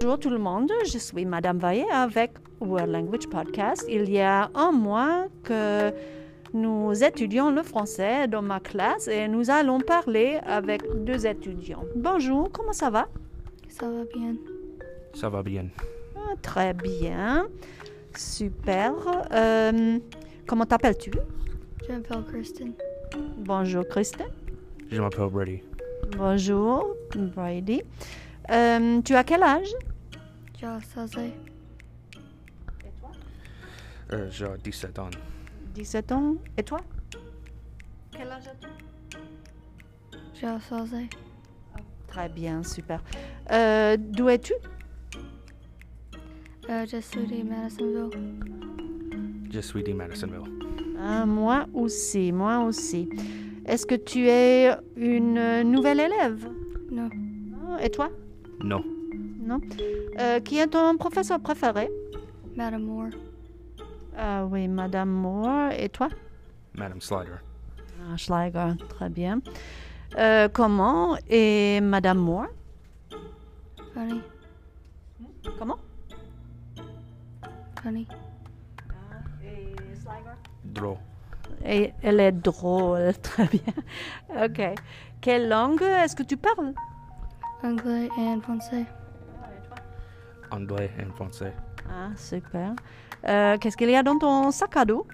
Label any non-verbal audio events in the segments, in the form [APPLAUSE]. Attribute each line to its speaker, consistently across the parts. Speaker 1: Bonjour tout le monde, je suis Madame Vaillet avec World Language Podcast. Il y a un mois que nous étudions le français dans ma classe et nous allons parler avec deux étudiants. Bonjour, comment ça va
Speaker 2: Ça va bien.
Speaker 3: Ça va bien.
Speaker 1: Ah, Très bien, super. Euh, comment t'appelles-tu
Speaker 2: Je m'appelle Kristen.
Speaker 1: Bonjour Kristen.
Speaker 3: Je m'appelle Brady.
Speaker 1: Bonjour Brady. Euh, tu as quel âge
Speaker 2: J'ai 16 ans.
Speaker 3: Euh, J'ai 17 ans.
Speaker 1: 17 ans. Et toi Quel âge as-tu
Speaker 2: J'ai 16 ans.
Speaker 1: Très bien, super. Euh, D'où es-tu
Speaker 2: Euh, je suis de Madisonville.
Speaker 3: Je suis de Madisonville.
Speaker 1: Ah, Moi aussi, moi aussi. Est-ce que tu es une euh, nouvelle élève
Speaker 2: Non.
Speaker 1: Non. Et toi
Speaker 3: Non.
Speaker 1: Non. Euh, qui est ton professeur préféré
Speaker 2: Madame Moore.
Speaker 1: Ah oui, Madame Moore. Et toi
Speaker 3: Madame Slider.
Speaker 1: ah, Schleiger, très bien. Euh, comment est Madame Moore
Speaker 2: Funny.
Speaker 1: Comment
Speaker 2: Funny.
Speaker 1: Et
Speaker 3: Drôle.
Speaker 1: elle est drôle, [LAUGHS] très bien. Ok. Quelle langue est-ce que tu parles
Speaker 2: Anglais and français.
Speaker 3: Anglais et français.
Speaker 1: Ah, super. Euh, Qu'est-ce qu'il y a dans ton sac à dos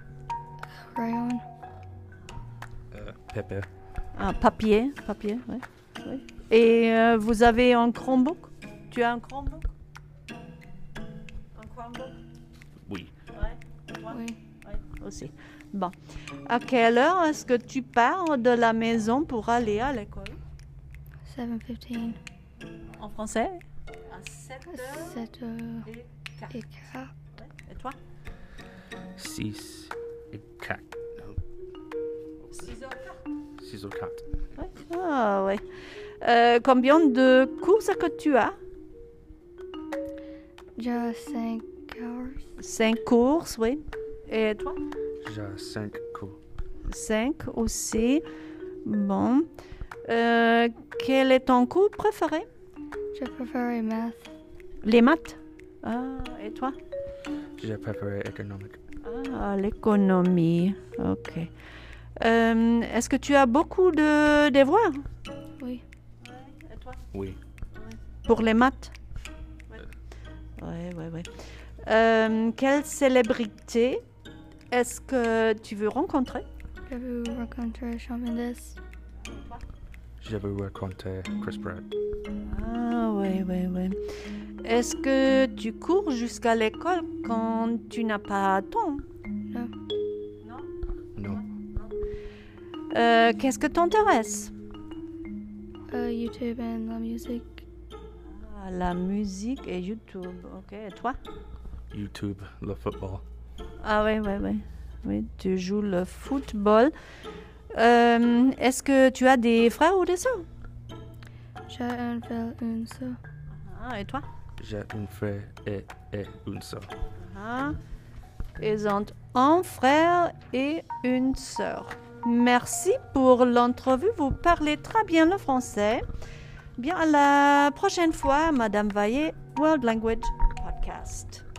Speaker 2: Crayon.
Speaker 3: Euh, Pepe.
Speaker 1: Ah, papier, papier, oui. oui. Et euh, vous avez un Chromebook Tu as un Chromebook Un Chromebook
Speaker 3: Oui.
Speaker 2: Oui.
Speaker 1: Aussi. Bon. À quelle heure est-ce que tu pars de la maison pour aller à l'école
Speaker 2: 7.15.
Speaker 1: En français À 7
Speaker 2: 7 heures
Speaker 1: et
Speaker 2: et quart.
Speaker 1: Et toi
Speaker 3: 6 et 4.
Speaker 1: 6 heures.
Speaker 3: 6 ou 4.
Speaker 1: Ah, ouais. Euh, combien de cours est-ce que tu as
Speaker 2: J'ai 5 hours.
Speaker 1: 5 cours, oui. Et toi
Speaker 3: J'ai 5 coups.
Speaker 1: 5 aussi. Bon. Euh, quel est ton cours préféré
Speaker 2: Je préfère math.
Speaker 1: Les maths. Ah, et toi
Speaker 3: J'ai préparé économique.
Speaker 1: Ah, l'économie. Ok. Euh, Est-ce que tu as beaucoup de devoirs
Speaker 2: Oui.
Speaker 3: Oui.
Speaker 1: pour les maths Oui, oui, oui. Euh, quelle célébrité est-ce que tu veux rencontrer
Speaker 2: Je veux rencontrer Sean Mendes.
Speaker 3: Je veux raconter Chris Pratt.
Speaker 1: Ah, oui, oui, oui. Est-ce que tu cours jusqu'à l'école quand tu n'as pas temps
Speaker 2: Non.
Speaker 3: Non.
Speaker 1: Euh, Qu'est-ce que t'intéresse
Speaker 2: Euh, YouTube and la music.
Speaker 1: Ah, La musique et YouTube. Ok, et toi
Speaker 3: YouTube, le football.
Speaker 1: Ah oui, oui, oui. Oui, tu joues le football. Euh, Est-ce que tu as des frères ou des sœurs
Speaker 2: J'ai un fel une sœur.
Speaker 1: Ah, et toi
Speaker 3: J'ai une frère et, et une soeur.
Speaker 1: Ah. Ils ont un frère et une sœur. Merci pour l'entrevue. Vous parlez très bien le français. Bien, à la prochaine fois, Madame Vaillet, World Language Podcast.